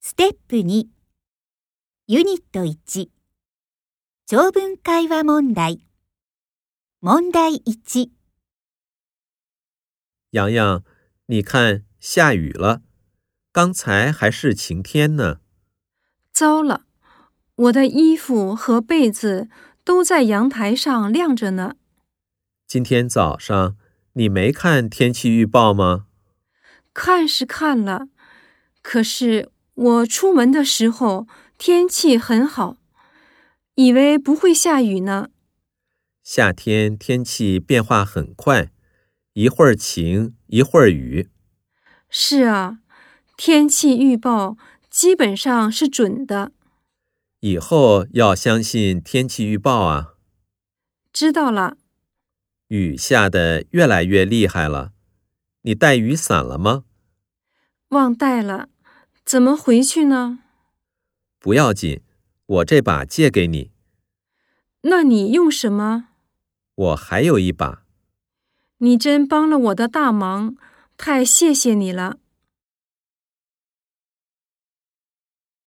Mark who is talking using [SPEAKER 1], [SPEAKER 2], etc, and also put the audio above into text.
[SPEAKER 1] ステップ2ユニット1長文会話問題問題1
[SPEAKER 2] 洋洋，你看下雨了，刚才还是晴天呢。
[SPEAKER 3] 糟了，我的衣服和被子都在阳台上晾着呢。
[SPEAKER 2] 今天早上你没看天气预报吗？
[SPEAKER 3] 看是看了，可是我出门的时候天气很好，以为不会下雨呢。
[SPEAKER 2] 夏天天气变化很快，一会儿晴，一会儿雨。
[SPEAKER 3] 是啊，天气预报基本上是准的。
[SPEAKER 2] 以后要相信天气预报啊！
[SPEAKER 3] 知道了，
[SPEAKER 2] 雨下的越来越厉害了，你带雨伞了吗？
[SPEAKER 3] 忘带了，怎么回去呢？
[SPEAKER 2] 不要紧，我这把借给你，
[SPEAKER 3] 那你用什么？
[SPEAKER 2] 我还有一把。
[SPEAKER 3] 你真帮了我的大忙，太谢谢你了。